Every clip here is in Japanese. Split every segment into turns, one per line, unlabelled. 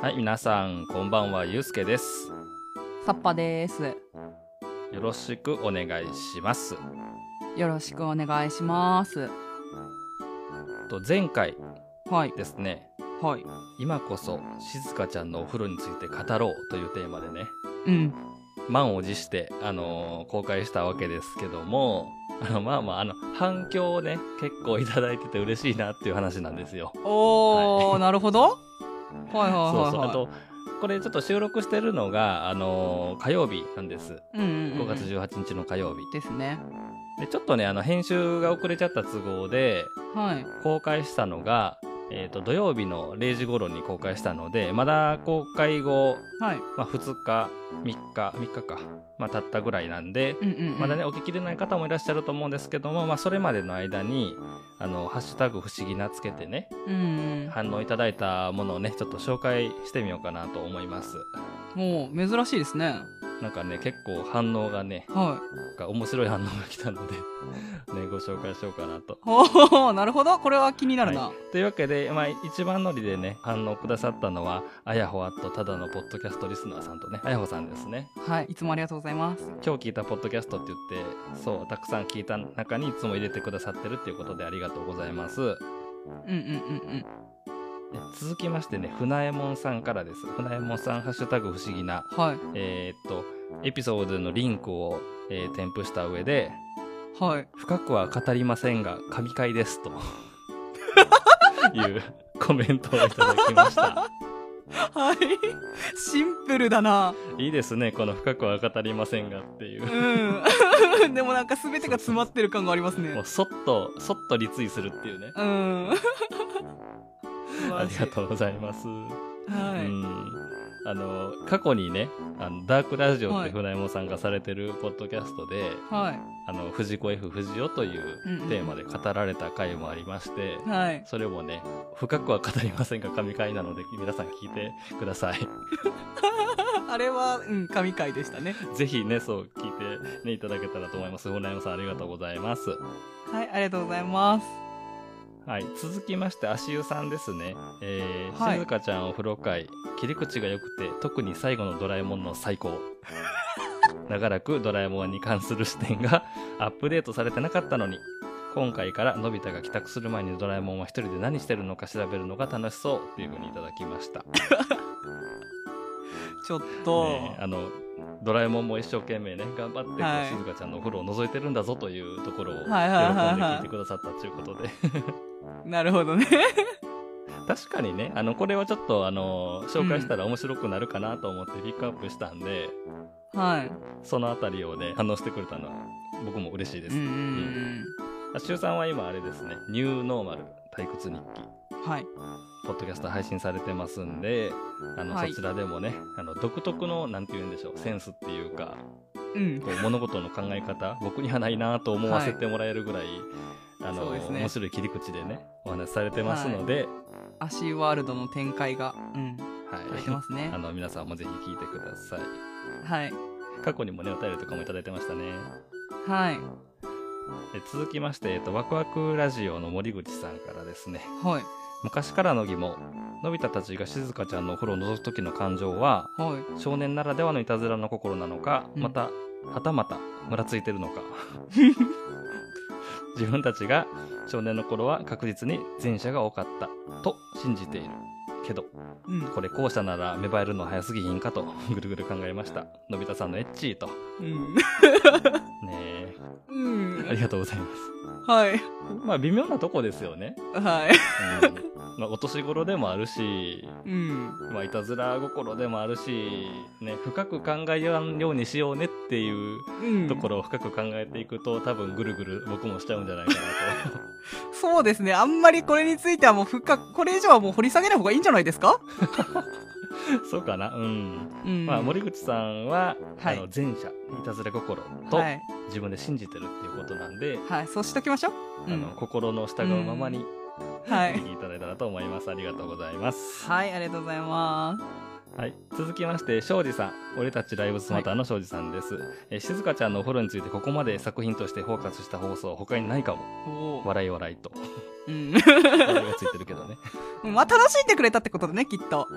はい、皆さん、こんばんは、ゆうすけです。
サッパです。
よろしくお願いします。
よろしくお願いします。
と前回
はい。
ですね、
はい。
今こそ静香ちゃんのお風呂について語ろうというテーマでね、
うん。
満を持して、あのー公開したわけですけども、あの、まあまあ、あの、反響をね、結構いただいてて嬉しいなっていう話なんですよ。
お ー、なるほど。はいはいはい、
そ
は
う
い。
そう。あと、これちょっと収録してるのが、あのー火曜日なんです。
うんうんうん、
5月18日の火曜日。
ですね。
で、ちょっとね、あの、編集が遅れちゃった都合で、
はい。
公開したのが、えー、と土曜日の0時頃に公開したのでまだ公開後、
はい。
まあ、2日3日3日か、まあ、経ったぐらいなんで、
うんうん、うん。
まだねお聞きでない方もいらっしゃると思うんですけども、まあ、それまでの間に「あのハッシュタグ不思議な」つけてね
うんうん。
反応いただいたものをねちょっと紹介してみようかなと思います
もう、珍しいですね。
なんかね結構反応がね
は
なんか面白い反応が来たのでねご紹介しようかなと
い。おー、なるほど。これは気になるな。
というわけで、まあ、一番乗りでね反応くださったのはあやほあとただのポッドキャストリスナーさんとねあやほさんですね
はい。いつもありがとうございます。
今日聞いたポッドキャストって言ってそうたくさん聞いた中にいつも入れてくださってるっていうことでありがとうございます
うんうんうん
え続きましてね船右衛門さんからです船右衛門さん「ハッシュタグ不思議な
うん。はい。」
えーっとエピソードのリンクを、えー添付した上で
はい。
「深くは語りませんが神回です」と いうコメントをいただきました
はい。シンプルだな。
いいですねこの深くは語りませんがっていう
う ん。でもなんか全てが詰まってる感があります
も
ね
う。そっとそっと立位するっていうね
うん。素晴
あ
ら
り
しい
がとうございます、
は
う
い。
んあの過去にねあのダークラジオっ
は
て
い
船山さんがされてるポッドキャストで、
はい。
あの藤子 F 不二雄という
うんうん
テーマで語られた回もありまして、
はい。
それもね深くは語りませんが神回なので皆さん聞いてください
あれは、うん、神回でしたね。
ぜひねそう聞いてねいただけたらと思います船山さんありがとうございます
はい、ありがとうございます。
はい、続きまして足湯さんですね、えー
はい
静香ちゃんお風呂会切り口が良くて特に最後の「ドラえもん」の最高長らく「ドラえもん」に関する視点が アップデートされてなかったのに今回からのび太が帰宅する前に「ドラえもんは一人で何してるのか調べるのが楽しそう」っていうふうにいただきました、ね
ちょっと、
えあのドラえもんも一生懸命ね頑張って、
はい
静香ちゃんのお風呂を覗いてるんだぞというところを喜んで
はいはいはいはい
聞いてくださったということで
なるほ どね。
確かにねあのこれはちょっとあの紹介したら面白くなるかなと思ってピックアップしたんで、
はい。
そのあたりをね反応してくれたのは僕も嬉しいで
う
す、
ん
う
うん
んあしゅうさんは今あれですねニューノーマル退屈日記
うん。はい。
ポッドキャスト配信されてますんであの、
はい
そちらでもねあの独特のなんて言うんでしょうセンスっていうか
うん。
こう物事の考え方僕にはないなと思わせてもらえるぐらい、あ
そ
の、
うですね
面白い切り口でねお話しされてますので、
アシーワールドの展開が、うん、
はい
されてますね
あ。の皆さんもぜひ聞いてください
はい。
過去にもねお便りとかもいただいてましたね
はい。
え続きまして、えっと、ワクワクラジオの森口さんからですね
はい。
昔からの疑問のび太たちが静香ちゃんのお風呂を覗く時の感情は
はい。
少年ならではのいたずらの心なのか
うん
また、はたまたムラついてるのか 自分たちが少年の頃は確実に前者が多かったと信じているけど
うん。
これ後者なら芽生えるの早すぎひんかとぐるぐる考えましたのび太さんのエッチーと
うん。
ねえ
うん
ありがとうございます。
はい。
まあ微妙なとこですよね。
はい。
うん、まあお年頃でもあるし、
うん。
まあいたずら心でもあるし、ね、深く考えやんようにしようねっていう
うん。
ところを深く考えていくと、多分ぐるぐる僕もしちゃうんじゃないかなと。
そうですね。あんまりこれについてはもう深く、これ以上はもう掘り下げない方がいいんじゃないですか
そうかな。うん。
うん。
まあ森口さんは、
はい
あの前者、いたずら心と
はい。
自分で信じてるっていうことなんで、
はい。そうしときましょう。
あの心の従うままに
うん。は
聞い
い。
ていただいたらと思います。ありがとうございます。
はい、ありがとうございます。
はい、続きまして庄司さん俺たちライブスマターの庄司さんです、えー静香ちゃんのお風呂についてここまで作品としてフォーカスした放送他にないかも
おー
笑い笑い と
うん。
笑いがついてるけどね
まあ、楽しんでくれたってことだね、きっと。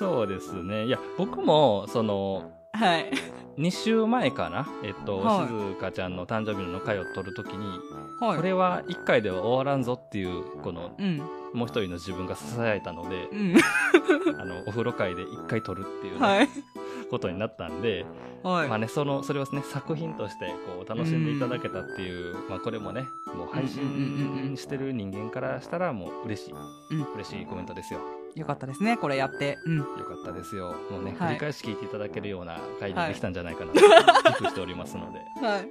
そうですねいや僕もその
はい。
2週前かなえっと、
はい
静香ちゃんの誕生日の回を撮るときに、
はい。
これは1回では終わらんぞっていうこの
うん。
もう一人の自分がささやいたの で
うん。
あのお風呂会で1回撮るっていうね、
はい。
ことになったんで、
はい。
まあね、そのそれをね作品としてこう楽しんでいただけたっていう、まあ、これもねもう配
うんうんうんう
信
ん
してる人間からしたらもう嬉しい、
ん
嬉しいコメントですよよ
よかったですね、これやって。うん。
かったですよもうね、
はい
繰り返し聞いていただけるような回
は
に
い
できたんじゃない かなと自負しておりますので
はい。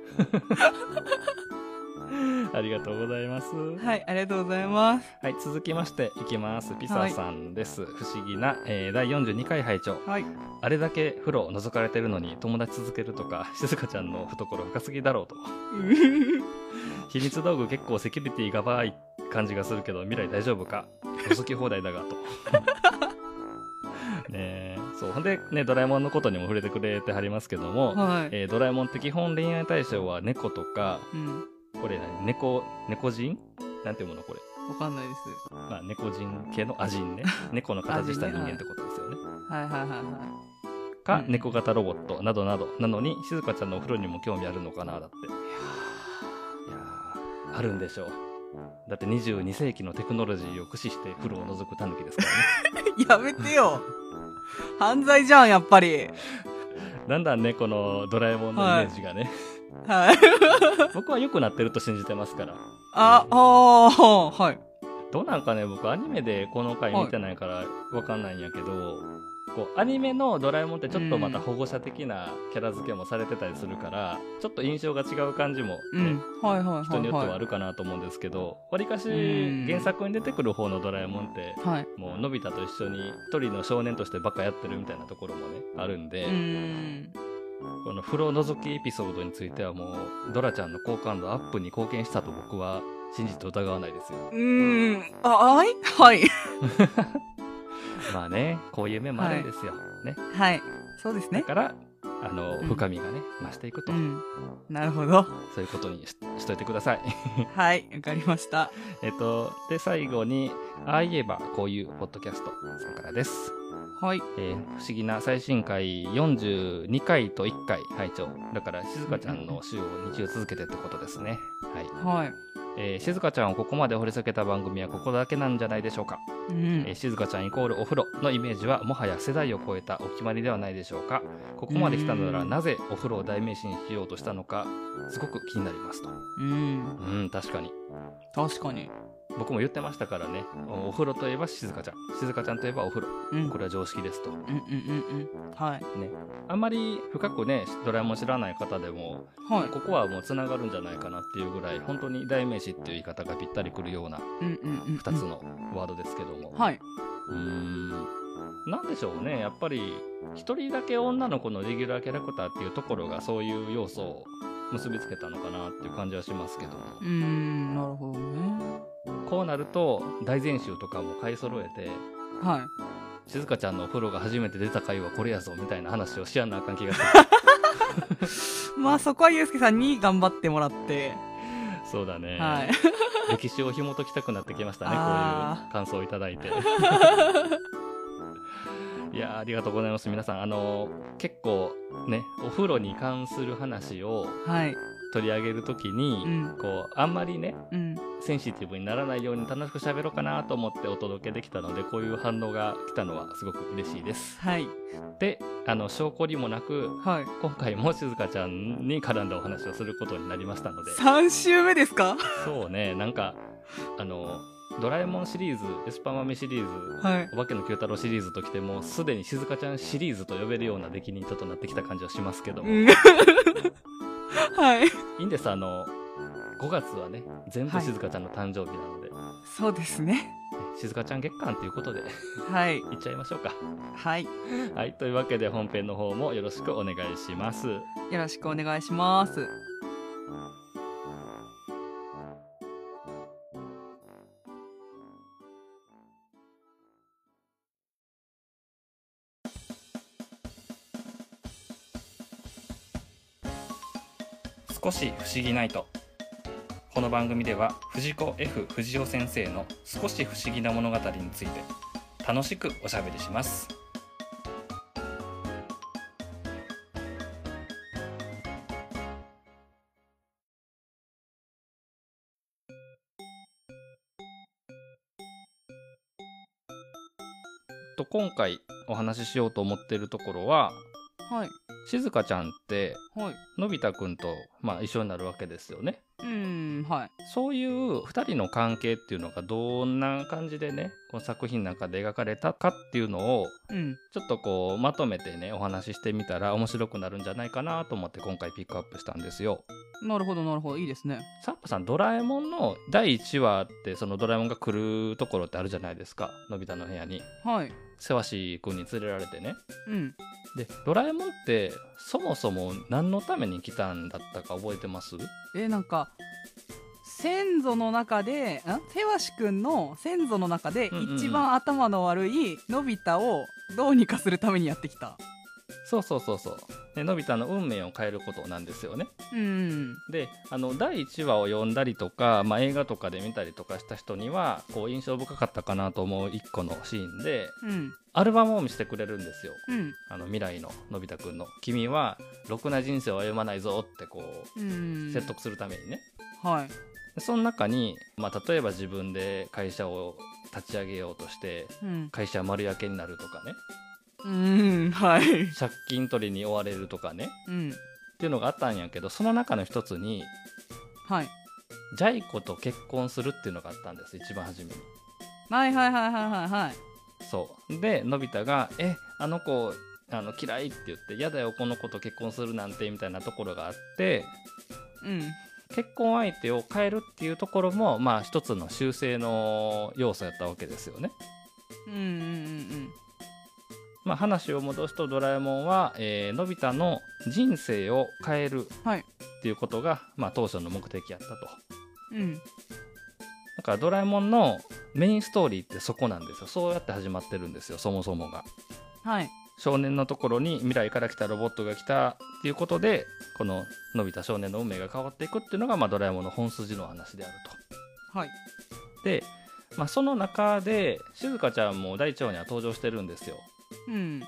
ありがとうございます、は
はい、ありがとうございます。
い、続きましていきますピサさんです、不思議な、えー第42回拝聴
はい。
あれだけ風呂を覗かれてるのに友達続けるとか静香ちゃんの懐深すぎだろうと秘密道具結構セキュリティがばい感じがするけど未来大丈夫か覗き放題だがと ねえそうほんでねドラえもんのことにも触れてくれてはりますけども、
はい。
えードラえもんって基本恋愛対象は猫とか
うん。
これ何猫猫人なんていうものこれ、
わかんないです。
まあ、猫人系のアジ ンね猫の形した人間ってことですよね
はいはいはいは
か、
うん
猫型ロボットなどなどなのに静香ちゃんのお風呂にも興味あるのかなだっていやーあるんでしょうだって22世紀のテクノロジーを駆使して風呂を覗くタヌキですから
い。やめてよ。犯罪じゃん、やっぱり。
ねだんだんねこのドラえもんのイメージがね、
はい。
僕は良くなってると信じてますから
あ、あー、はい。
どうなんかね僕アニメでこの回見てないからわかんないんやけど、こうアニメの「ドラえもん」ってちょっとまた
うん
保護者的なキャラ付けもされてたりするから、ちょっと印象が違う感じも、ね
うん。はいはいはい、はい。
人によってはあるかなと思うんですけどわりかし
うん
原作に出てくる方の「ドラえもん」って
はい。
もうのび太と一緒に一人の少年としてバカやってるみたいなところもねあるんで、
うーん。
この風呂覗きエピソードについてはもうドラちゃんの好感度アップに貢献したと僕は信じて疑わないです よ
うーん。あ、はい はい。
まあねこういう面もあるんですよ、ね
はい。そうです
だ
ね。
からあの
うん
深みがね増していくと、
うん。なるほ ど。
そういうことにししといてください
はい。わかりました。
えっとで最後にああ言えばこういうポッドキャストさんからです
はい。
えー不思議な最新回42回と1回拝聴だから静香ちゃんの週を2週続けてってことですねはい、
はい。
えー、静香ちゃんをここまで掘り下げた番組はここだけなんじゃないでしょうか、
う
えー
ん。
静香ちゃんイコールお風呂のイメージはもはや世代を超えたお決まりではないでしょうかここまで来たのなら
うん
なぜお風呂を代名詞にしようとしたのかすごく気になりますと
うん。
うん確かに
確かに。
僕も言ってましたからねおお風呂といえば静香ちゃん静香ちゃんといえばお風呂
うん。
これは常識ですと
うんうんうんうん。はい。
あんまり深くねドラえもん知らない方でも
はい。
ここはもうつながるんじゃないかなっていうぐらい本当に代名詞っていう言い方がぴったりくるような
うんうんうんうん。
2つ。のワードですけども、
はい。
うーんなんでしょうねやっぱり一人だけ女の子のレギュラーキャラクターっていうところがそういう要素を結びつけたのかなっていう感じはしますけども
うーん。なるほどね。
こうなると大全集とかも買い揃えて
はい。
静香ちゃんのお風呂が初めて出た回はこれやぞみたいな話をしやんなあかん気がす る
まあそこはゆうすけさんに頑張ってもらって、
そうだね、
はい。
歴史を紐解きたくなってきましたねこう
あ
いう感想をいただ いていやーありがとうございます皆さんあのー結構ねお風呂に関する話を
はい。
取り上げるとき
う
に、
ん。
こうあんまりね
うん。
センシティブにならないように楽しく喋ろうかなと思ってお届けできたのでこういう反応が来たのはすごく嬉しいです
はい。
であの証拠にもなく
はい。
今回も静香ちゃんに絡んだお話をすることになりましたので
3週目ですか
そうね、なんか、あの、ドラえもんシリーズ、エスパーマミシリーズ、
はい。
お化けの九太郎シリーズときてもうすでに静香ちゃんシリーズと呼べるような出来にちょっとなってきた感じはしますけども、
うん。 はい。
いいんです、あの、5月はね、全部静香ちゃんの誕生日なので、
そうですね。
静香ちゃん月間ということで、い
はい。
っちゃいましょうか。
はい。よ
はい、というわけで本編の方もよろしくお願いします。
ろしくお願いします。
少し不思議ないとこの番組では藤子 F 不二雄先生の少し不思議な物語について楽しくおしゃべりしますと今回お話ししようと思っているところは
はい
しずかちゃんって
はい
のび太くんと、まあ、一緒になるわけですよね。
うーんはい
そういう2人の関係っていうのがどんな感じでねこの作品の中で描かれたかっていうのを
うん
ちょっとこうまとめてねお話ししてみたら面白くなるんじゃないかなと思って今回ピックアップしたんですよ。
なるほどなるほどいいですね
サッパさん「ドラえもん」の第1話ってそのドラえもんが来るところってあるじゃないですかのび太の部屋に。
はい
せわしくんに連れられてね。
うん
でドラえもんってそもそも何のために来たんだったか覚えてます
えなんか先祖の中でん手わしくんの先祖の中で
うんうんうん
一番頭の悪いのび太をどうにかするためにやってきた
そうそうそうそう。でのび太の運命を変えることなんですよね。
うん
であの第1話を読んだりとか、まあ、映画とかで見たりとかした人にはこう印象深かったかなと思う一個のシーンで
うん
アルバムを見せてくれるんですよ
うん
あの未来ののび太くんの「君はろくな人生を歩まないぞ」ってこ
う
うん説得するためにね、
はい
でその中に、まあ、例えば自分で会社を立ち上げようとして
うん
会社丸焼けになるとかね
うんはい
借金取りに追われるとかね
うん
っていうのがあったんやけどその中の一つに
はい
ジャイ子と結婚するっていうのがあったんです一番初めに。
はいはいはいはいはいはい
そうでのび太が「えあの子あの嫌い」って言って「嫌だよこの子と結婚するなんて」みたいなところがあって
うん
結婚相手を変えるっていうところもまあ一つの修正の要素やったわけですよね。
うんうん
まあ、話を戻すとドラえもんは、えーのび太の人生を変える
はい
っていうことが、まあ、当初の目的やったと。
うんうんうん
だからドラえもんのメインストーリーってそこなんですよ。そうやって始まってるんですよそもそもが。
はい
少年のところに未来から来たロボットが来たっていうことでこののび太少年の運命が変わっていくっていうのが、まあ、ドラえもんの本筋の話である
はい
と。で、まあ、その中で静香ちゃんも大腸には登場してるんですよ。
うん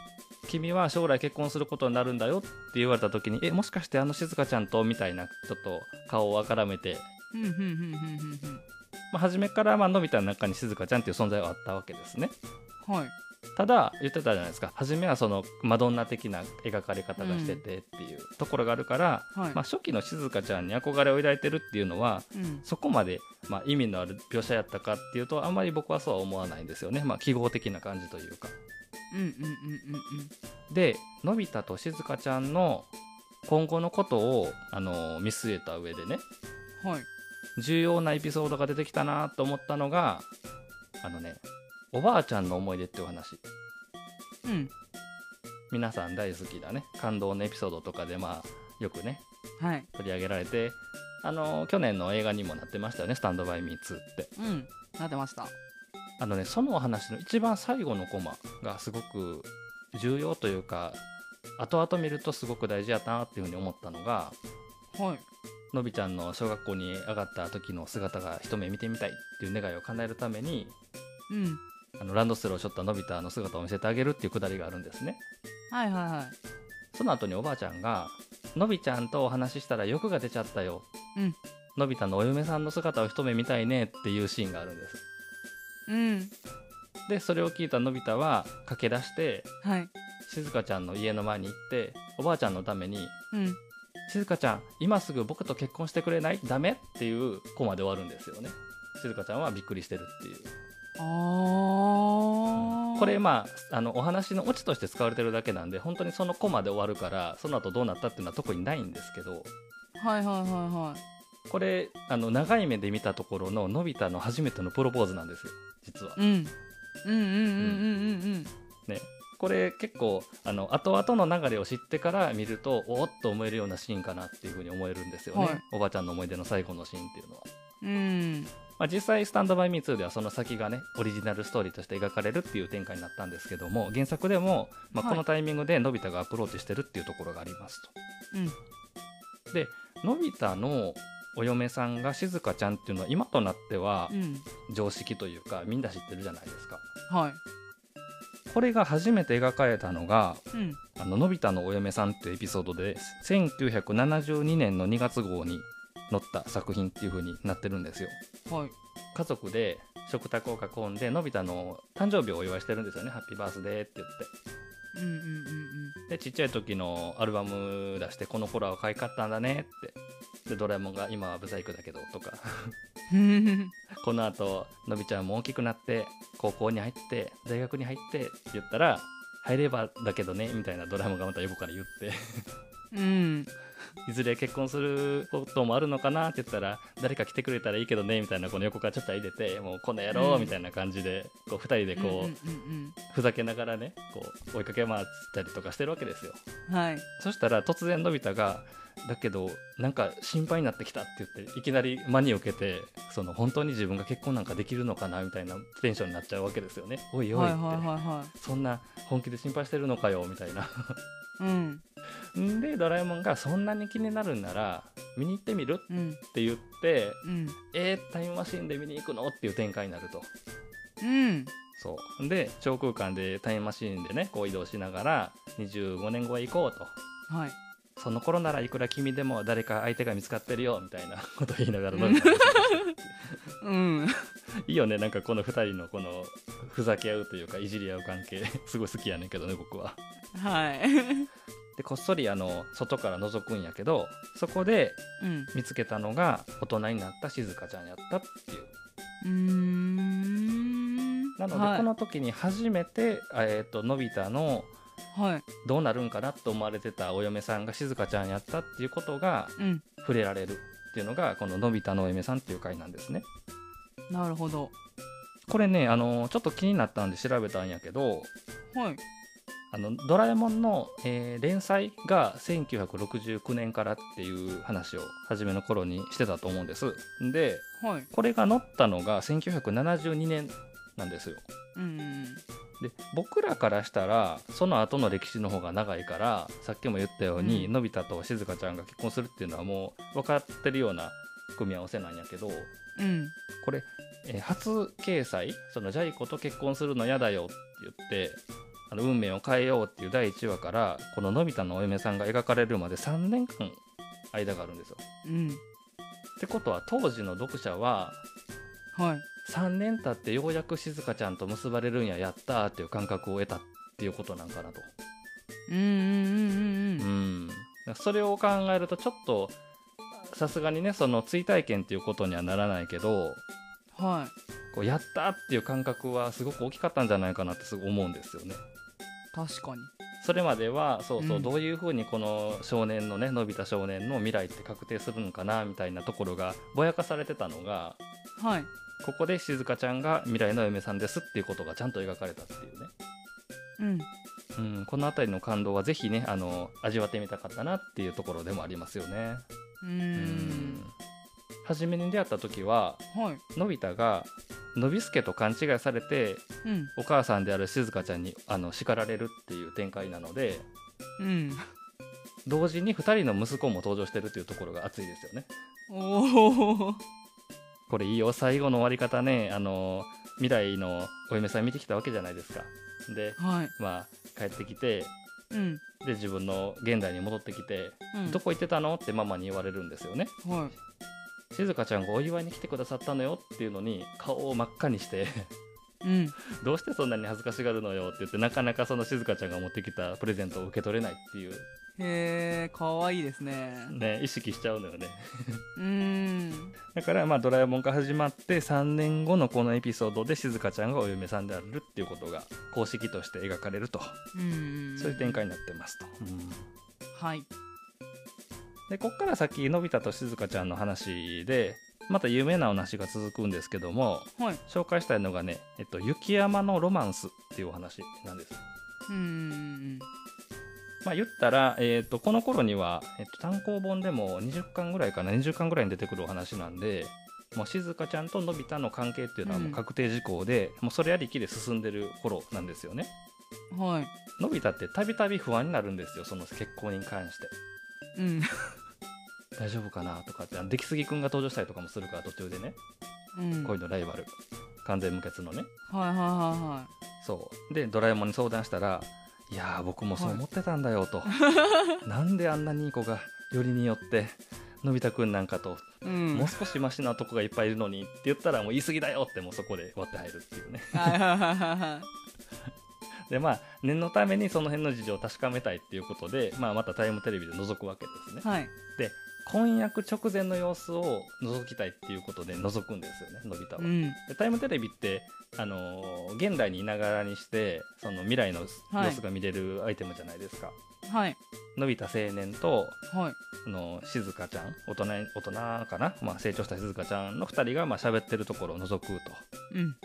君は将来結婚することになるんだよって言われた時に「えもしかしてあの静香ちゃんと?」みたいなちょっと顔をあからめて、
うんうんうんうんうん
まあ、初めからまあのび太の中に静香ちゃんっていう存在はあったわけですね。
うんはい
ただ言ってたじゃないですか初めはそのマドンナ的な描かれ方がしててっていうところがあるから、
はい
まあ、初期の静香ちゃんに憧れを抱いてるっていうのは
うん
そこまで、まあ、意味のある描写やったかっていうとあんまり僕はそうは思わないんですよね、まあ、記号的な感じというか。
うんうんうんうんうん
でのび太と静香ちゃんの今後のことを、あの見据えた上でね
はい。
重要なエピソードが出てきたなと思ったのがあのねおばあちゃんの思い出っていうお話
うん。
皆さん大好きだね感動のエピソードとかでまあよくね
はい。
取り上げられてあの去年の映画にもなってましたよね「スタンドバイ・ミー2」って。
うん。なってました。
あのね、そのお話の一番最後のコマがすごく重要というか後々見るとすごく大事やなっていうふうに思ったのが
はい。
のびちゃんの小学校に上がった時の姿が一目見てみたいっていう願いを叶えるために
うん。
あのランドセルを背負ったのび太の姿を見せてあげるっていうくだりがあるんですね
はいはいは
その後におばあちゃんが「のびちゃんとお話ししたら欲が出ちゃったよ」
うん
のび太のお嫁さんの姿を一目見たいね」っていうシーンがあるんです
い。うん。
でそれを聞いたのび太は駆け出して
はい。
静香ちゃんの家の前に行っておばあちゃんのために
うん。
「静香ちゃん今すぐ僕と結婚してくれないダメ?」っていうコマで終わるんですよね静香ちゃんはびっくりしてるっていう
ああ。
これ。まああのお話のオチとして使われてるだけなんで本当にそのコマで終わるからその後どうなったっていうのは特にないんですけど
はいはいはいはい。
これあの長い目で見たところののび太の初めてのプロポーズなんですよ実は。
うん。うんうんうんうんうんうん。
ねこれ結構あの後々の流れを知ってから見るとおおっと思えるようなシーンかなっていうふうに思えるんですよね、
はい
おばちゃんの思い出の最後のシーンっていうのは、
うん。
まあ、実際「スタンドバイ・ミー2」ではその先がねオリジナルストーリーとして描かれるっていう展開になったんですけども原作でも、まあ、
はい
このタイミングでのび太がアプローチしてるっていうところがありますと、
うん
でのび太のお嫁さんが静香ちゃんっていうのは今となっては
うん
常識というかみんな知ってるじゃないですか
はい
これが初めて描かれたのが
うん
「あののび太のお嫁さん」っていうエピソードで1972年の2月号に載った作品っていう風になってるんですよ
はい
家族で食卓を囲んでのび太の誕生日をお祝いしてるんですよね「ハッピーバースデー」って言って
うんうんうん
でちっちゃい時のアルバム出してこの頃は可愛かったんだねってでドラえもんが今はブサイクだけどとか
うんうん
このあとのびちゃんも大きくなって高校に入って大学に入ってって言ったら入ればだけどねみたいなドラえもんがまた横から言って
うん
いずれ結婚することもあるのかなって言ったら誰か来てくれたらいいけどねみたいなこの横からちょっと入れてもうこの野郎
うん
みたいな感じでこう2人でこう
うんうん
ふざけながらねこう追いかけ回ったりとかしてるわけですよ。
うんはい
そしたら突然のび太が「だけどなんか心配になってきた」って言っていきなり真に受けてその本当に自分が結婚なんかできるのかなみたいなテンションになっちゃうわけですよね。おいおいっ
はいはい
て、
は
そんな本気で心配してるのかよみたいな。
いはい うん
んでドラえもんが「そんなに気になるんなら見に行ってみる?」
うん
って言って
うん
「えー、タイムマシンで見に行くの?」っていう展開になると。
うん
そうで超空間でタイムマシンでねこう移動しながら25年後へ行こうと。
はい
その頃ならいくら君でも誰か相手が見つかってるよみた いなことを言いながら
うん
飲み 会
うん
いいよねなんかこの2人のこのふざけ合うというかいじり合う関係 すごい好きやねんけどね僕は。
はい
でこっそりあの外から覗くんやけどそこで
うん
見つけたのが大人になった静香ちゃんやったっていう。
うーん
なので、
はい
この時に初めて、えー、とのび太の
はい
どうなるんかなと思われてたお嫁さんが静香ちゃんやったっていうことが
うん
触れられるっていうのがこの「のび太のお嫁さん」っていう回なんですね。
なるほど
これねあのちょっと気になったんで調べたんやけど
はい
「あのドラえもんの」えー連載が1969年からっていう話を初めの頃にしてたと思うんですで
はい
これが載ったのが1972年なんですよ
うんうん
で僕らからしたらその後の歴史の方が長いからさっきも言ったように、
うん
のび太としずかちゃんが結婚するっていうのはもう分かってるような組み合わせなんやけど
うん
これ、えー初掲載そのジャイ子と結婚するの嫌だよって言ってあの運命を変えようっていう第1話からこののび太のお嫁さんが描かれるまで3年間間があるんですよ。
うん
ってことは当時の読者は
はい
3年経ってようやく静香ちゃんと結ばれるんややったーっていう感覚を得たっていうことなんかなと。
うんうんうん
う
うん
んそれを考えるとちょっとさすがにねその追体験っていうことにはならないけど
は
こうやったーっていう感覚はすごく大きかったんじゃないかなってすごい思うんですよね。
い確かに
それまではそうそう、
うん
どういうふうにこの少年のねのび太少年の未来って確定するのかなみたいなところがぼやかされてたのが
はい
ここで静香ちゃんが未来の嫁さんですっていうことがちゃんと描かれたっていうね、
うん
うん、この辺りの感動はぜひねあの味わってみたかったなっていうところでもありますよね。
う
うん
ん
初めに出会った時は
はい
のび太がのびすけと勘違いされて
うん
お母さんである静香ちゃんにあの叱られるっていう展開なので
うん
同時に2人の息子も登場してるっていうところが熱いですよね
おお
これいいよ最後の終わり方ねあの未来のお嫁さん見てきたわけじゃないですかで
はい
まあ帰ってきて
うん
で自分の現代に戻ってきて、
うん
どこ行ってたのってママに言われるんですよね
は
静香ちゃんがお祝いに来てくださったのよっていうのに顔を真っ赤にして
いうん
どうしてそんなに恥ずかしがるのよって言ってなかなかその静香ちゃんが持ってきたプレゼントを受け取れないっていう
へえ可愛いですね
ね意識しちゃうのよね
うん
だからまあドラえもんが始まって3年後のこのエピソードで静香ちゃんがお嫁さんであるっていうことが公式として描かれると
うん
そういう展開になってますと、
はい
でこっから先のび太と静香ちゃんの話でまた有名なお話が続くんですけども
はい
紹介したいのがね、えっと、雪山のロマンスっていうお話なんです
うん
まあ、言ったら、えー、とこの頃には、えっと単行本でも20巻ぐらいかな20巻ぐらいに出てくるお話なんでもう静香ちゃんとのび太の関係っていうのはもう確定事項で、もうそれありきで進んでる頃なんですよね
はい
のび太ってたびたび不安になるんですよその結婚に関して
うん
大丈夫かなとかってあの出来すぎくんが登場したりとかもするから途中でね
うん、はい
恋のライバル完全無欠のね
はいはいは
そうでドラえもんに相談したら「いやー僕もそう思ってたんだよ」 と「なんであんなにいい子がよりによってのび太くんなんかと
いうん
もう少しマシなとこがいっぱいいるのに」って言ったらもう言い過ぎだよってもうそこで割って入るっていうね
はいはいはいはいはい
でまあ念のためにその辺の事情を確かめたいっていうことで、まあ、またタイムテレビで覗くわけですね
はい
婚約直前の様子を覗きたいっていうことで覗くんですよねのび太は、
うん
でタイムテレビって、あのー現代にいながらにしてその未来の
はい
様子が見れるアイテムじゃないですか、
はい
のび太青年と
はい
あの静香ちゃん大人に大人かな、まあ、成長した静香ちゃんの2人がまあ喋ってるところを覗くと
うん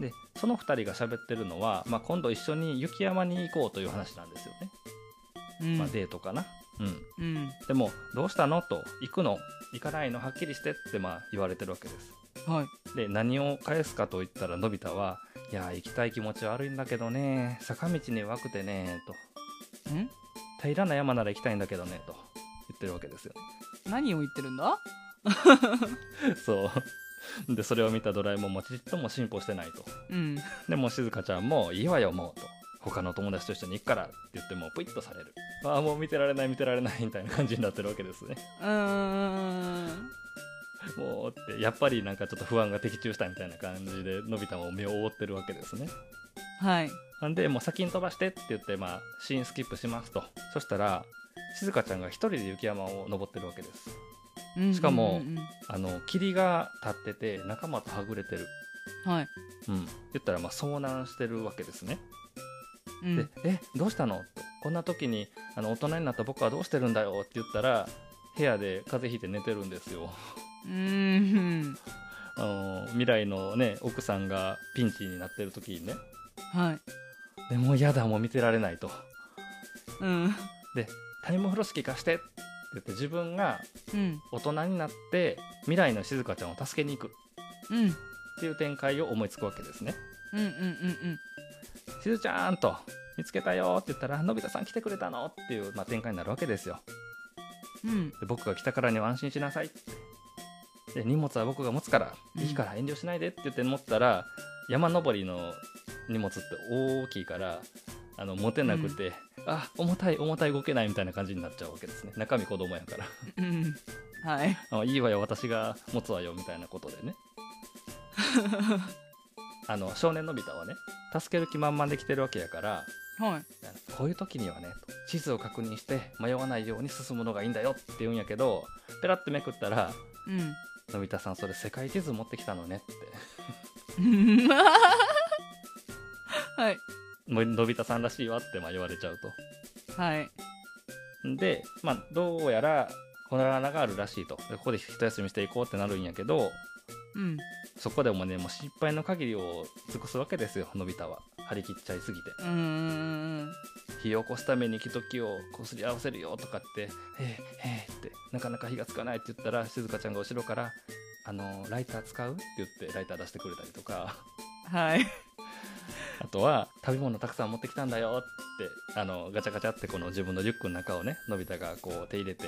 でその2人が喋ってるのは、まあ、今度一緒に雪山に行こうという話なんですよね、
うん、
まあ、デートかなうん
うん
でも「どうしたの?」と「行くの行かないのはっきりして」ってまあ言われてるわけです
はい
で何を返すかと言ったらのび太は「いや行きたい気持ちは悪いんだけどね坂道に弱くてね」と
ん
「平らな山なら行きたいんだけどね」と言ってるわけですよ
何を言ってるんだ
そうでそれを見たドラえもんもちっとも進歩してないと
うん
でもう静香ちゃんも「いいわよもう」と「他の友達と一緒に行くから」って言ってもうプイッとされるああもう見てられない見てられないみたいな感じになってるわけですね
うーん
もうってやっぱりなんかちょっと不安が的中したみたいな感じでのび太も目を覆ってるわけですね
はい
なんでもう先に飛ばしてって言ってまあシーンスキップしますとそしたら静香ちゃんが一人で雪山を登ってるわけです
うん
しかも
うんうん
あの霧が立ってて仲間とはぐれてる
うんはい
うん言ったらまあ遭難してるわけですね
うん
で「えどうしたの?」とこんな時にあの大人になった僕はどうしてるんだよって言ったら部屋で風邪ひいて寝てるんですよ
うーん
あの未来のね奥さんがピンチになってる時にね
はい
でもうやだもう見てられないと
うん
タイム風呂敷貸してって言って自分が
うん
大人になって未来の静香ちゃんを助けに行く
うん
っていう展開を思いつくわけですね
うんうんうん
しずちゃんと見つけたよって言ったらのび太さん来てくれたのっていう、まあ、展開になるわけですよ
うんうん
で僕が来たからには安心しなさいってで荷物は僕が持つから
うん
いいから遠慮しないでって言って持ったら、山登りの荷物って大きいからあの持てなくて、あ重たい重たい動けないみたいな感じになっちゃうわけですね中身子供やから
うんはい
あいいわよ私が持つわよみたいなことでねあの少年のび太はね助ける気満々で来てるわけやから
はい
こういう時にはねと地図を確認して迷わないように進むのがいいんだよって言うんやけどペラッとめくったら
うん
「のび太さんそれ世界地図持ってきたのね」って
はい。
もうのび太さんらしいわってまあ言われちゃう
はい。
とでまあどうやらこの穴があるらしいとでここで一休みしていこうってなるんやけど
うん。
そこでもねもう失敗の限りを尽くすわけですよのび太は張り切っちゃいすぎて
うーん。
火を起こすために木と木をこすり合わせるよとかって「ええええってなかなか火がつかないって言ったら静香ちゃんが後ろから「あのライター使う?」って言ってライター出してくれたりとか
はい。
あとは「食べ物たくさん持ってきたんだよ」ってあのガチャガチャってこの自分のリュックの中をねのび太がこう手入れて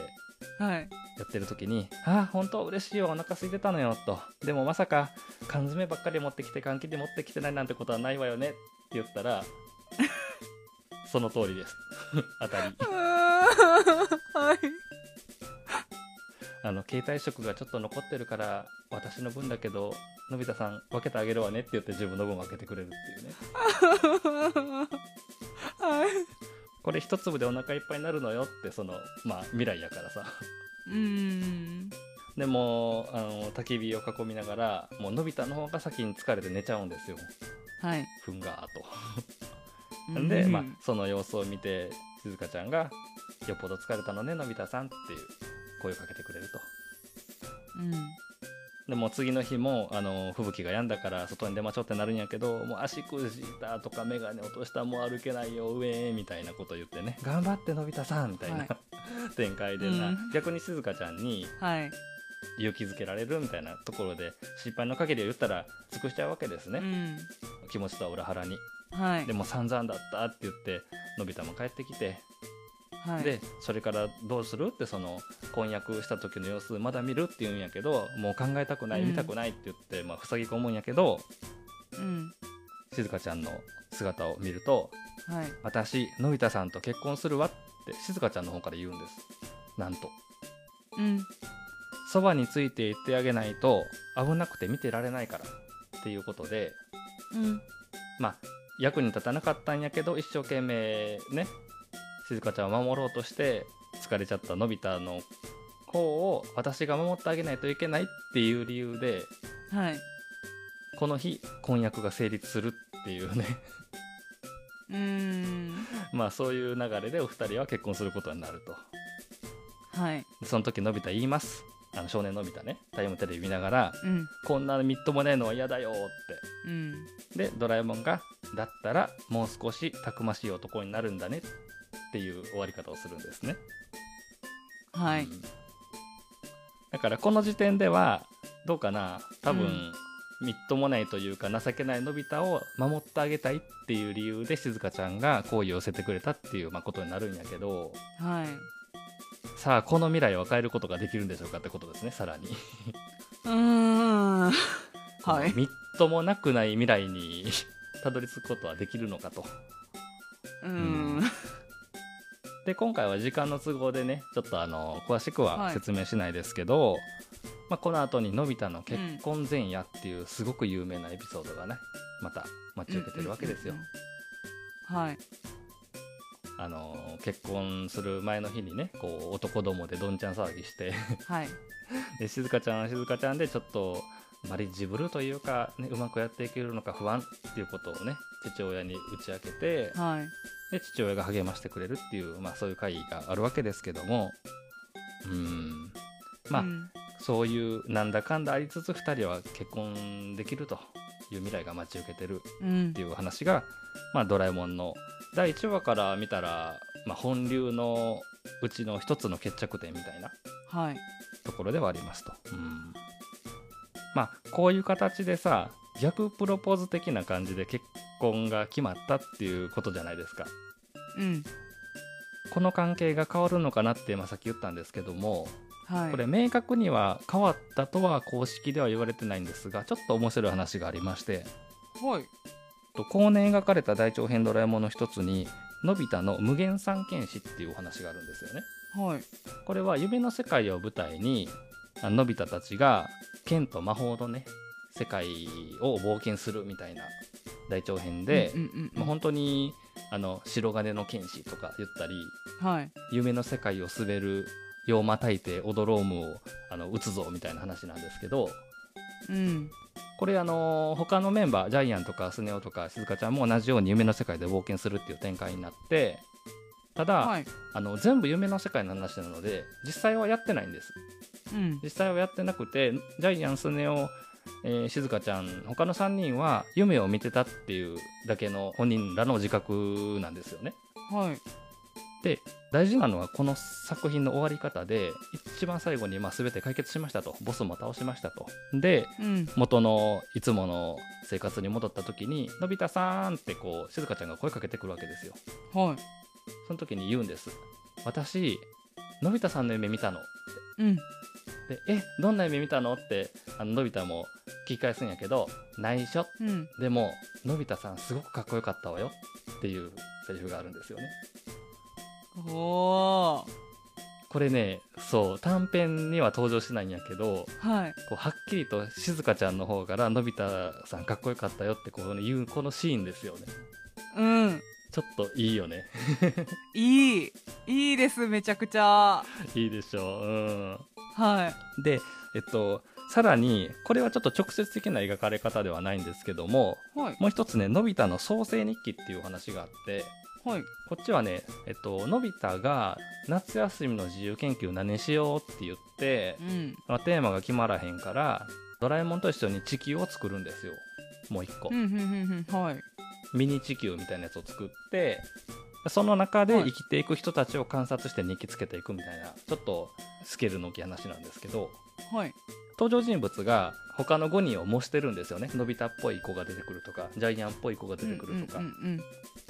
はい。
やってる時に「ああ本当嬉しいよお腹空いてたのよ」と「でもまさか缶詰ばっかり持ってきて缶切り持ってきてないなんてことはないわよね」って言ったら「その通りです」 当たり
うーんはい。
あの携帯食がちょっと残ってるから私の分だけどのび太さん分けてあげるわねって言って自分の分分けてくれるっていうね
はい。
これ一粒でお腹いっぱいになるのよってそのまあ未来やからさ
うーん。
でもうあの焚き火を囲みながらもうのび太の方が先に疲れて寝ちゃうんですよ
はい。
ふんがーとなんで、
うん
まあ、その様子を見て静香ちゃんが「よっぽど疲れたのねのび太さん」っていう声をかけてくれると
うん。
でもう次の日もあの吹雪が止んだから外に出ましょうってなるんやけどもう足くじいたとか眼鏡落としたもう歩けないよ上みたいなこと言ってね頑張ってのび太さんみたいな、
はい
展開でな、
うん
逆に静香ちゃんに
はい。
勇気づけられるみたいなところで失敗の限りを言ったら尽くしちゃうわけです
う
ね、
ん。
気持ちとは裏腹に
はい
で。も散々だったって言ってのび太も帰ってきて
はい、
でそれからどうするってその婚約した時の様子まだ見るって言うんやけどもう考えたくない
うん
見たくないって言って、まあ、塞ぎ込むんやけど
うん
静香ちゃんの姿を見ると
はい、
「私のび太さんと結婚するわ」って静香ちゃんの方から言うんですなんと
うん、
そばについていってあげないと危なくて見てられないからっていうことで
うん、
まあ役に立たなかったんやけど一生懸命ね静香ちゃんを守ろうとして疲れちゃったのび太の方を私が守ってあげないといけないっていう理由で
はい、
この日婚約が成立するっていうね
うーん、
まあそういう流れでお二人は結婚することになる
はい、
とその時のび太言いますあの少年のび太ねタイムテレビ見ながら
うん、
こんなみっともねえのは嫌だよって
うん、
でドラえもんが「だったらもう少したくましい男になるんだね」っていう終わり方をするんですね。
は
う
い、
んだからこの時点ではどうかな多分、みっともないというか情けないのび太を守ってあげたいっていう理由で静香ちゃんが好意を寄せてくれたっていうまあことになるんやけど
はい、
さあこの未来を変えることができるんでしょうかってことですねさらに。
うーん、はい、
みっともなくない未来に たどり着くことはできるのかと。
うーん、
で今回は時間の都合でねちょっとあの詳しくは
はい
説明しないですけど、まあ、この後に「のび太の結婚前夜」っていうすごく有名なエピソードがねまた待ち受けてるわけですよ。
うんうんうんうん。はい、
あの結婚する前の日にねこう男どもでどんちゃん騒ぎして
はい、
で静香ちゃんは静香ちゃんでちょっとマリッジブルーというか、ね、うまくやっていけるのか不安っていうことをね父親に打ち明けて
はい、
で父親が励ましてくれるっていう、まあ、そういう会議があるわけですけどもうんまあ、
うん
そういうなんだかんだありつつ2人は結婚できるという未来が待ち受けてる
うん
っていう話が、まあ、ドラえもんの第1話から見たら、まあ、本流のうちの一つの決着点みたいな
はい、
ところではありますと。うんまあこういう形でさ逆プロポーズ的な感じで結婚が決まったっていうことじゃないですか。
うん、
この関係が変わるのかなって、まあ、さっき言ったんですけども、
はい、
これ明確には変わったとは公式では言われてないんですがちょっと面白い話がありまして
はい、
と後年描かれた大長編ドラえもんの一つにのび太の無限三剣士っていうお話があるんですよね
はい、
これは夢の世界を舞台にあのび太たちが剣と魔法のね世界を冒険するみたいな大長編で、
うんうんうん
まあ、本当にあの白金の剣士とか言ったり
はい、
夢の世界を滑る妖魔大帝オドロームをあの打つぞみたいな話なんですけど
うん、
これあの他のメンバージャイアンとかスネ夫とか静香ちゃんも同じように夢の世界で冒険するっていう展開になってただ、
はい、
あの全部夢の世界の話なので実際はやってないんです
うん、
実際はやってなくてジャイアンスネ夫、えー、静香ちゃん他の3人は夢を見てたっていうだけの本人らの自覚なんですよね
はい、
で大事なのはこの作品の終わり方で一番最後にまあ全て解決しましたとボスも倒しましたとで
うん、
元のいつもの生活に戻った時に「のび太さん」ってこう静香ちゃんが声かけてくるわけですよ
は
その時に言うんです「私のび太さんの夢見たの」
い、うん、
で「えどんな夢見たの?」ってあののび太も聞き返すんやけど「内緒
うん、
でものび太さんすごくかっこよかったわよ」っていうセリフがあるんですよね
おー、
これねそう短編には登場しないんやけど
はい、
こうはっきりと静香ちゃんの方から「のび太さんかっこよかったよ」ってこう言うこのシーンですよね
うん、
ちょっといいよね
いい、いいです、めちゃくちゃ。
いいでしょう、
はい、
うん、でえっとさらにこれはちょっと直接的な描かれ方ではないんですけども
はい、
もう一つねのび太の創世日記っていうお話があって
はい、
こっちはねえっとのび太が夏休みの自由研究何しようって言って
う、ん、
まあ、テーマが決まらへんからドラえもんと一緒に地球を作るんですよもう一個、
うん、うん、うん、うん、はい、
ミニ地球みたいなやつを作ってその中で
はい
生きていく人たちを観察して日記つけていくみたいなちょっとスケールの大きい話なんですけど
はい、
登場人物が他の5人を模してるんですよねのび太っぽい子が出てくるとかジャイアンっぽい子が出てくるとか、
うんうんうんうん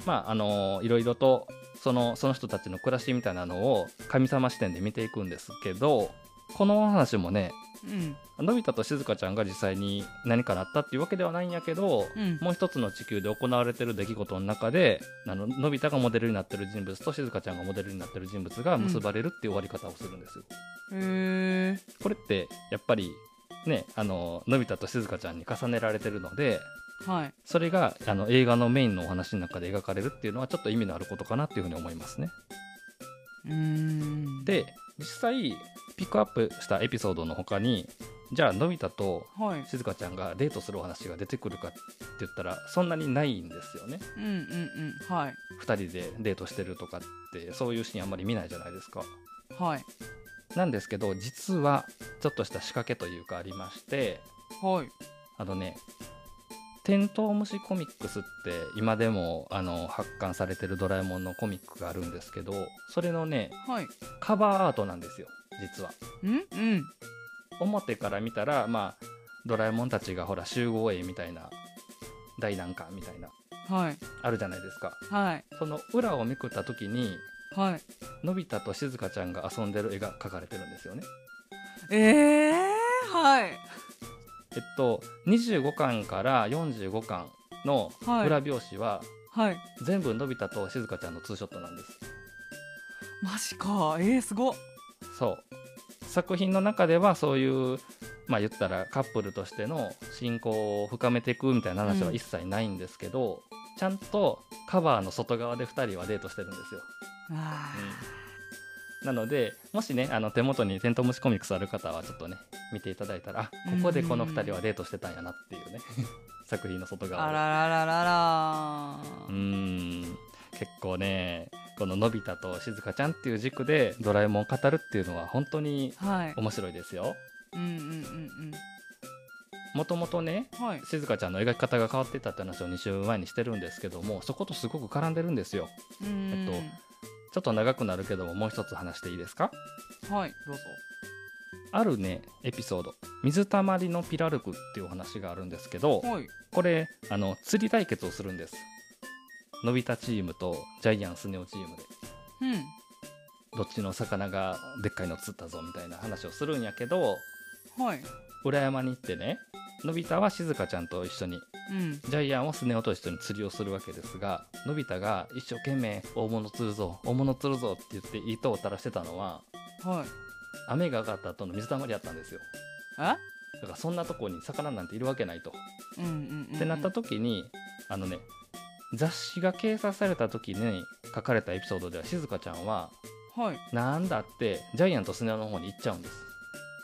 まああのーいろいろとそのその人たちの暮らしみたいなのを神様視点で見ていくんですけどこのお話もね
うん
のび太としずかちゃんが実際に何かなったっていうわけではないんやけど、
うん
もう一つの地球で行われてる出来事の中であののび太がモデルになってる人物としずかちゃんがモデルになってる人物が結ばれるっていう終わり方をするんです、
へえ
これってやっぱりねあののび太としずかちゃんに重ねられてるので
はい
それがあの映画のメインのお話の中で描かれるっていうのはちょっと意味のあることかなっていうふうに思いますね
うーん
で実際ピックアップしたエピソードの他にじゃあのび太と
はい
しずかちゃんがデートするお話が出てくるかって言ったらそんなにないんですよね
うんうんうんはい
2人でデートしてるとかってそういうシーンあんまり見ないじゃないですか
はい
なんですけど実はちょっとした仕掛けというかありまして
はい
あのね「テントウムシコミックス」って今でもあの発刊されてるドラえもんのコミックがあるんですけどそれのね
はい
カバーアートなんですよ実は
うんうん
表から見たらまあドラえもんたちがほら集合絵みたいな大団かみたいな
はい
あるじゃないですか
はい
その裏をめくった時に
はい
のび太としずかちゃんが遊んでる絵が描かれてるんですよね
ええはい
えっと25巻から45巻の
はい
裏表紙は
はい
全部のび太としずかちゃんのツーショットなんです
マジかえー、すごっ
そう作品の中ではそういうまあ言ったらカップルとしての信仰を深めていくみたいな話は一切ないんですけど、ちゃんとカバーの外側で2人はデートしてるんですよ、
あ
なのでもしねあの手元に「テントウムシコミックス」ある方はちょっとね見ていただいたらあここでこの2人はデートしてたんやなっていうね 作品の外
ー
側を
あららららら
うーん結構ねこののび太としずかちゃんっていう軸でドラえもんを語るっていうのは本当に
はい
面白いですよ
うんうんうん
もともとね
うんはい
しずかちゃんの描き方が変わっていったって話を2週前にしてるんですけどもそことすごく絡んでるんですよ
うーん
えちょっと長くなるけどももう一つ話していいですか
はいどうぞ
あるねエピソード「水たまりのピラルク」っていうお話があるんですけど
はい
これあの釣り対決をするんですのび太チームとジャイアンスネオチームで
うん
どっちの魚がでっかいの釣ったぞみたいな話をするんやけど
はい
裏山に行ってねのび太はしずかちゃんと一緒に
うん
ジャイアンはスネ夫と一緒に釣りをするわけですがのび太が一生懸命大物釣るぞ大物釣るぞって言って糸を垂らしてたのは
はい
雨が上がった後の水たまりだったんですよ
え
だからそんなとこに魚なんているわけないと。
うんうんうん
ってなった
と
時にあのね雑誌が掲載された時に書かれたエピソードではしずかちゃんは
はい
なんだってジャイアンとスネ夫の方に行っちゃうんです。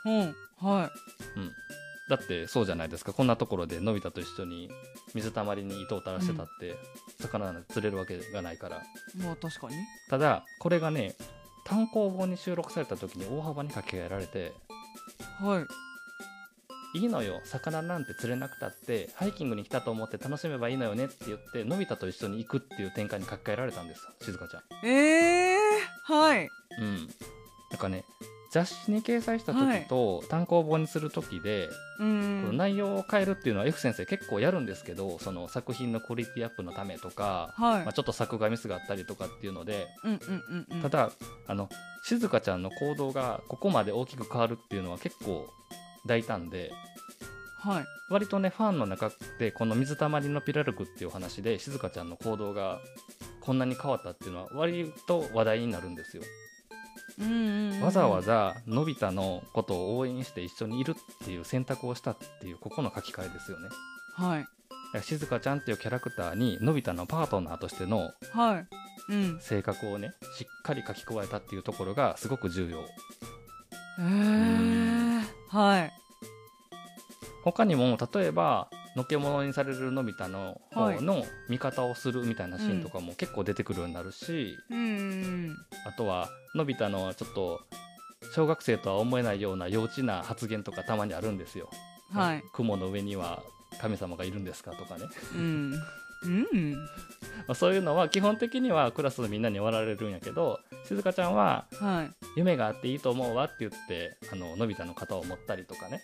うんはい
だってそうじゃないですかこんなところでのび太と一緒に水たまりに糸を垂らしてたって、魚なんて釣れるわけがないから
まあ確かに
ただこれがね単行本に収録された時に大幅に書き換えられて
はい
いいのよ魚なんて釣れなくたってハイキングに来たと思って楽しめばいいのよねって言ってのび太と一緒に行くっていう展開に書き換えられたんですよしずかちゃん
ええはい
うんなんかね雑誌に掲載した時と単行本にする時で、
う
この
ん
内容を変えるっていうのは F 先生結構やるんですけどその作品のクオリティアップのためとか、
はい
まあ、ちょっと作画ミスがあったりとかっていうので
うんうんうんうん
ただあのしずかちゃんの行動がここまで大きく変わるっていうのは結構大胆で
はい
割とねファンの中でこの「水たまりのピラルク」っていうお話でしずかちゃんの行動がこんなに変わったっていうのは割と話題になるんですよ。
うんうんうん
わざわざのび太のことを応援して一緒にいるっていう選択をしたっていうここの書き換えですよね。
はい
しずかちゃんっていうキャラクターにのび太のパートナーとしての
はいうん
性格をねしっかり書き加えたっていうところがすごく重要
ええはい
他にも例えばのけ者にされるのび太の方の味方をするみたいなシーンとかも結構出てくるようになるし、
うんうんうん
あとはのび太のちょっと小学生とは思えないような幼稚な発言とかたまにあるんですよ。
はい
雲の上には神様がいるんですかとかね、
うんうん
まあ、そういうのは基本的にはクラスのみんなに笑われるんやけどしずかちゃんは
はい
夢があっていいと思うわって言ってあののび太の肩を持ったりとかね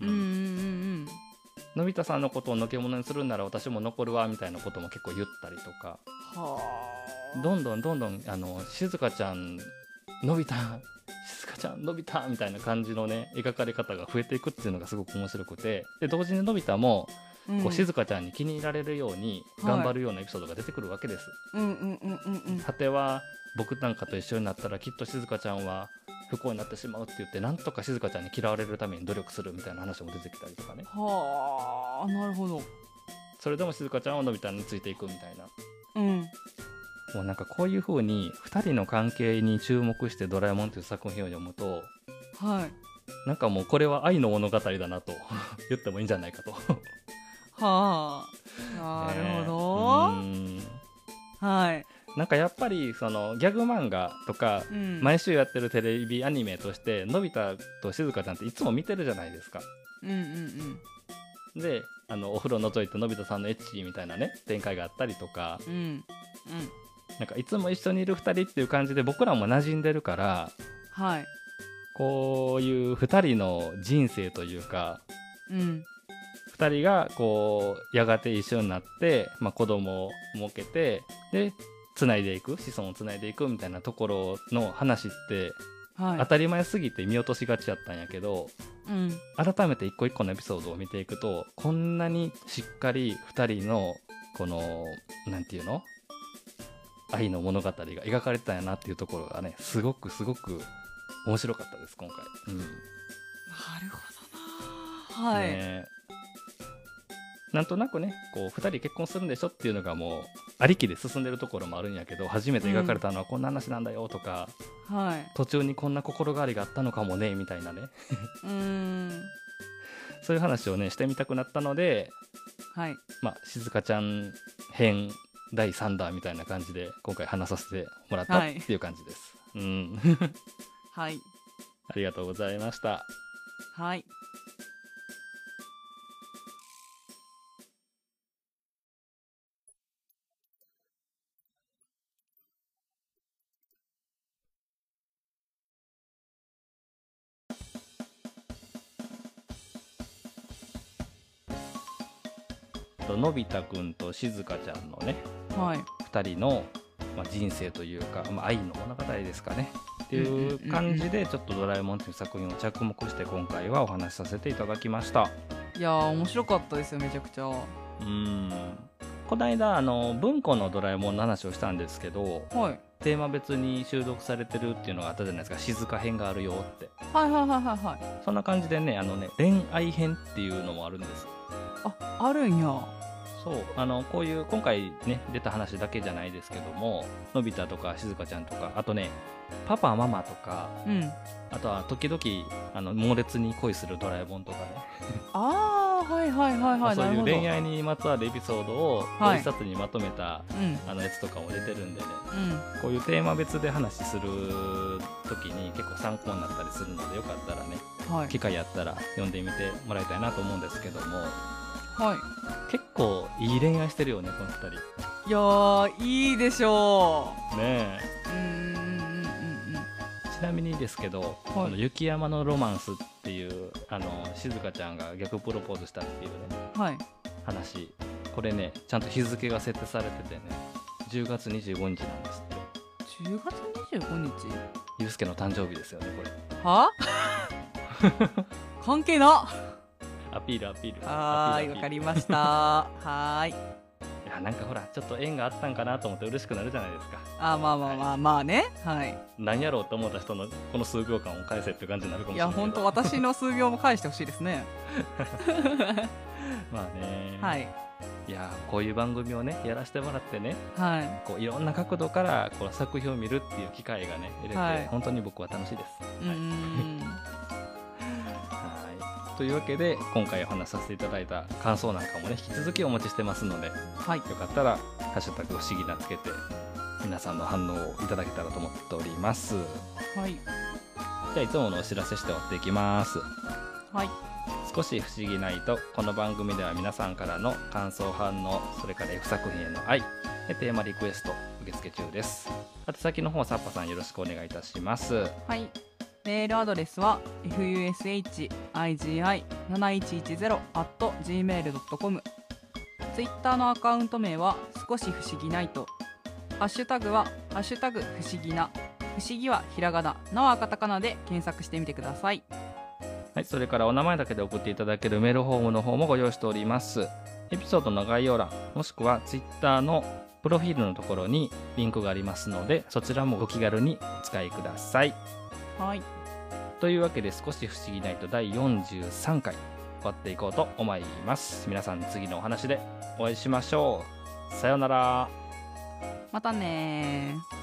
うんうんうん
のび太さんのことをのけ者にするなら私も残るわみたいなことも結構言ったりとか
うんはあ
どんどんどんどんあの静香ちゃんのび太 静香ちゃんのび太みたいな感じのね描かれ方が増えていくっていうのがすごく面白くてで同時にのび太も
うん
こう静香ちゃんに気に入られるように
はい
頑張るようなエピソードが出てくるわけです。
うんうんうんうんうん
果ては僕なんかと一緒になったらきっと静香ちゃんは不幸になってしまうって言ってなんとか静香ちゃんに嫌われるために努力するみたいな話も出てきたりとかね
はあなるほど
それでも静香ちゃんはのび太についていくみたいな
うん
もうなんかこういう風に2人の関係に注目して「ドラえもん」という作品を読むと
はい
なんかもうこれは愛の物語だなと 言ってもいいんじゃないかと。
はあなる
ねえ
ほ
うーん
どはい
なんかやっぱりそのギャグ漫画とか
うん
毎週やってるテレビアニメとしてのび太と静香ちゃんっていつも見てるじゃないですか。
うんうん
であのお風呂覗いてのび太さんのエッチみたいなね展開があったりとか
うんうんうん
なんかいつも一緒にいる2人っていう感じで僕らも馴染んでるから
はい
こういう2人の人生というか
うん
2人がこうやがて一緒になって、まあ、子供を設けてでつないでいく子孫をつないでいくみたいなところの話って当
は
たり前すぎて見落としがちやったんやけど、
いうん
改めて一個一個のエピソードを見ていくとこんなにしっかり2人のこのなんていうの愛の物語が描かれてたんやなっていうところがねすごくすごく面白かったです今回。うん
なるほどなはい、
ねなんとなくねこう2人結婚するんでしょっていうのがもうありきで進んでるところもあるんやけど初めて描かれたのはこんな話なんだよとか、
はい
途中にこんな心変わりがあったのかもねみたいなね
うーん
そういう話をねしてみたくなったので
はい
まあ、静香ちゃん編第3弾みたいな感じで今回話させてもらった
は
っ
い
ていう感じです。うん、
はい
ありがとうございました。
はい
とのび太くんと静香ちゃんのね
はい
2人の、まあ、人生というか、まあ、愛の物語ですかね。ってい
うんうんうんう
うん感じでちょっと「ドラえもん」という作品を着目して今回はお話しさせていただきました。
いやー面白かったですよめちゃくちゃは
うんこの間あの文庫の「ドラえもん」の話をしたんですけど
いはい
テーマ別に収録されてるっていうのがあったじゃないですか静香編があるよって
はいはいはいはい
そんな感じでね、あのね、恋愛編っていうのもあるんです。
ああるんや
そう、あの、こういう、今回ね、出た話だけじゃないですけども、のび太とか静香ちゃんとか、あとね、パパ、ママとか、
うん
あとは時々、あの、猛烈に恋するドラえもんとかね、
ああはいはいはいはい
そう
なる
いう
ほど
恋愛にまつわるエピソードを、
はい
一冊にまとめた、
うん
あのやつとかも出てるんでね、
うん
こういうテーマ別で話する時に結構参考になったりするので、よかったらね、
はい
機会あったら読んでみてもらいたいなと思うんですけども、
はい
結構いい恋愛してるよねこの2人
いやーいいでしょ
ね
ううんうんうんうんうん
えちなみにですけど「この雪山のロマンス」っていうあの静香ちゃんが逆プロポーズしたっていうね
うんはい
話これねちゃんと日付が設定されててね10月25日なんですって
10月25日
ゆうすけの誕生日ですよねこれ
は関係な
アピールアピールア
はー
ピールアピ
い
ール
わかりましたはーい
いやなんかほらちょっと縁があったんかなと思って嬉しくなるじゃないですか
あまあまあまあまあねはい
なんやろうと思った人のこの数秒間を返せって感じになるかもし
い
れな
や
いけど
本当私の数秒も返してほしいですね
まあね、
はい
いやこういう番組をねやらせてもらってね
はい
こういろんな角度からこう作品を見るっていう機会がね得れて、
はい
本当に僕は楽しいです。
うーん
はいというわけで今回お話しさせていただいた感想なんかもね引き続きお待ちしてますのでよ
はい
かったら「ハッシュタグ不思議な」つけて皆さんの反応をいただけたらと思っております。
はい
じゃあいつものお知らせして終わっていきます。
はい
少し不思議ないとこの番組では皆さんからの感想反応それから F 作品への愛でテーマリクエスト受付中です宛先の方サッパさんよろしくお願いいたします
はいメールアドレスは fushigi7110.gmail.com ツイッターのアカウント名は少し不思議ないとハッシュタグは「ハッシュタグ不思議な」不思議はひらがななはカタカナで検索してみてください
はい、それからお名前だけで送っていただけるメールフォームの方もご用意しております。エピソードの概要欄、もしくは Twitter のプロフィールのところにリンクがありますので、そちらもご気軽にお使いください。
はい
というわけで、少し不思議ないと第43回、終わっていこうと思います。皆さん、次のお話でお会いしましょう。さようなら。
またねー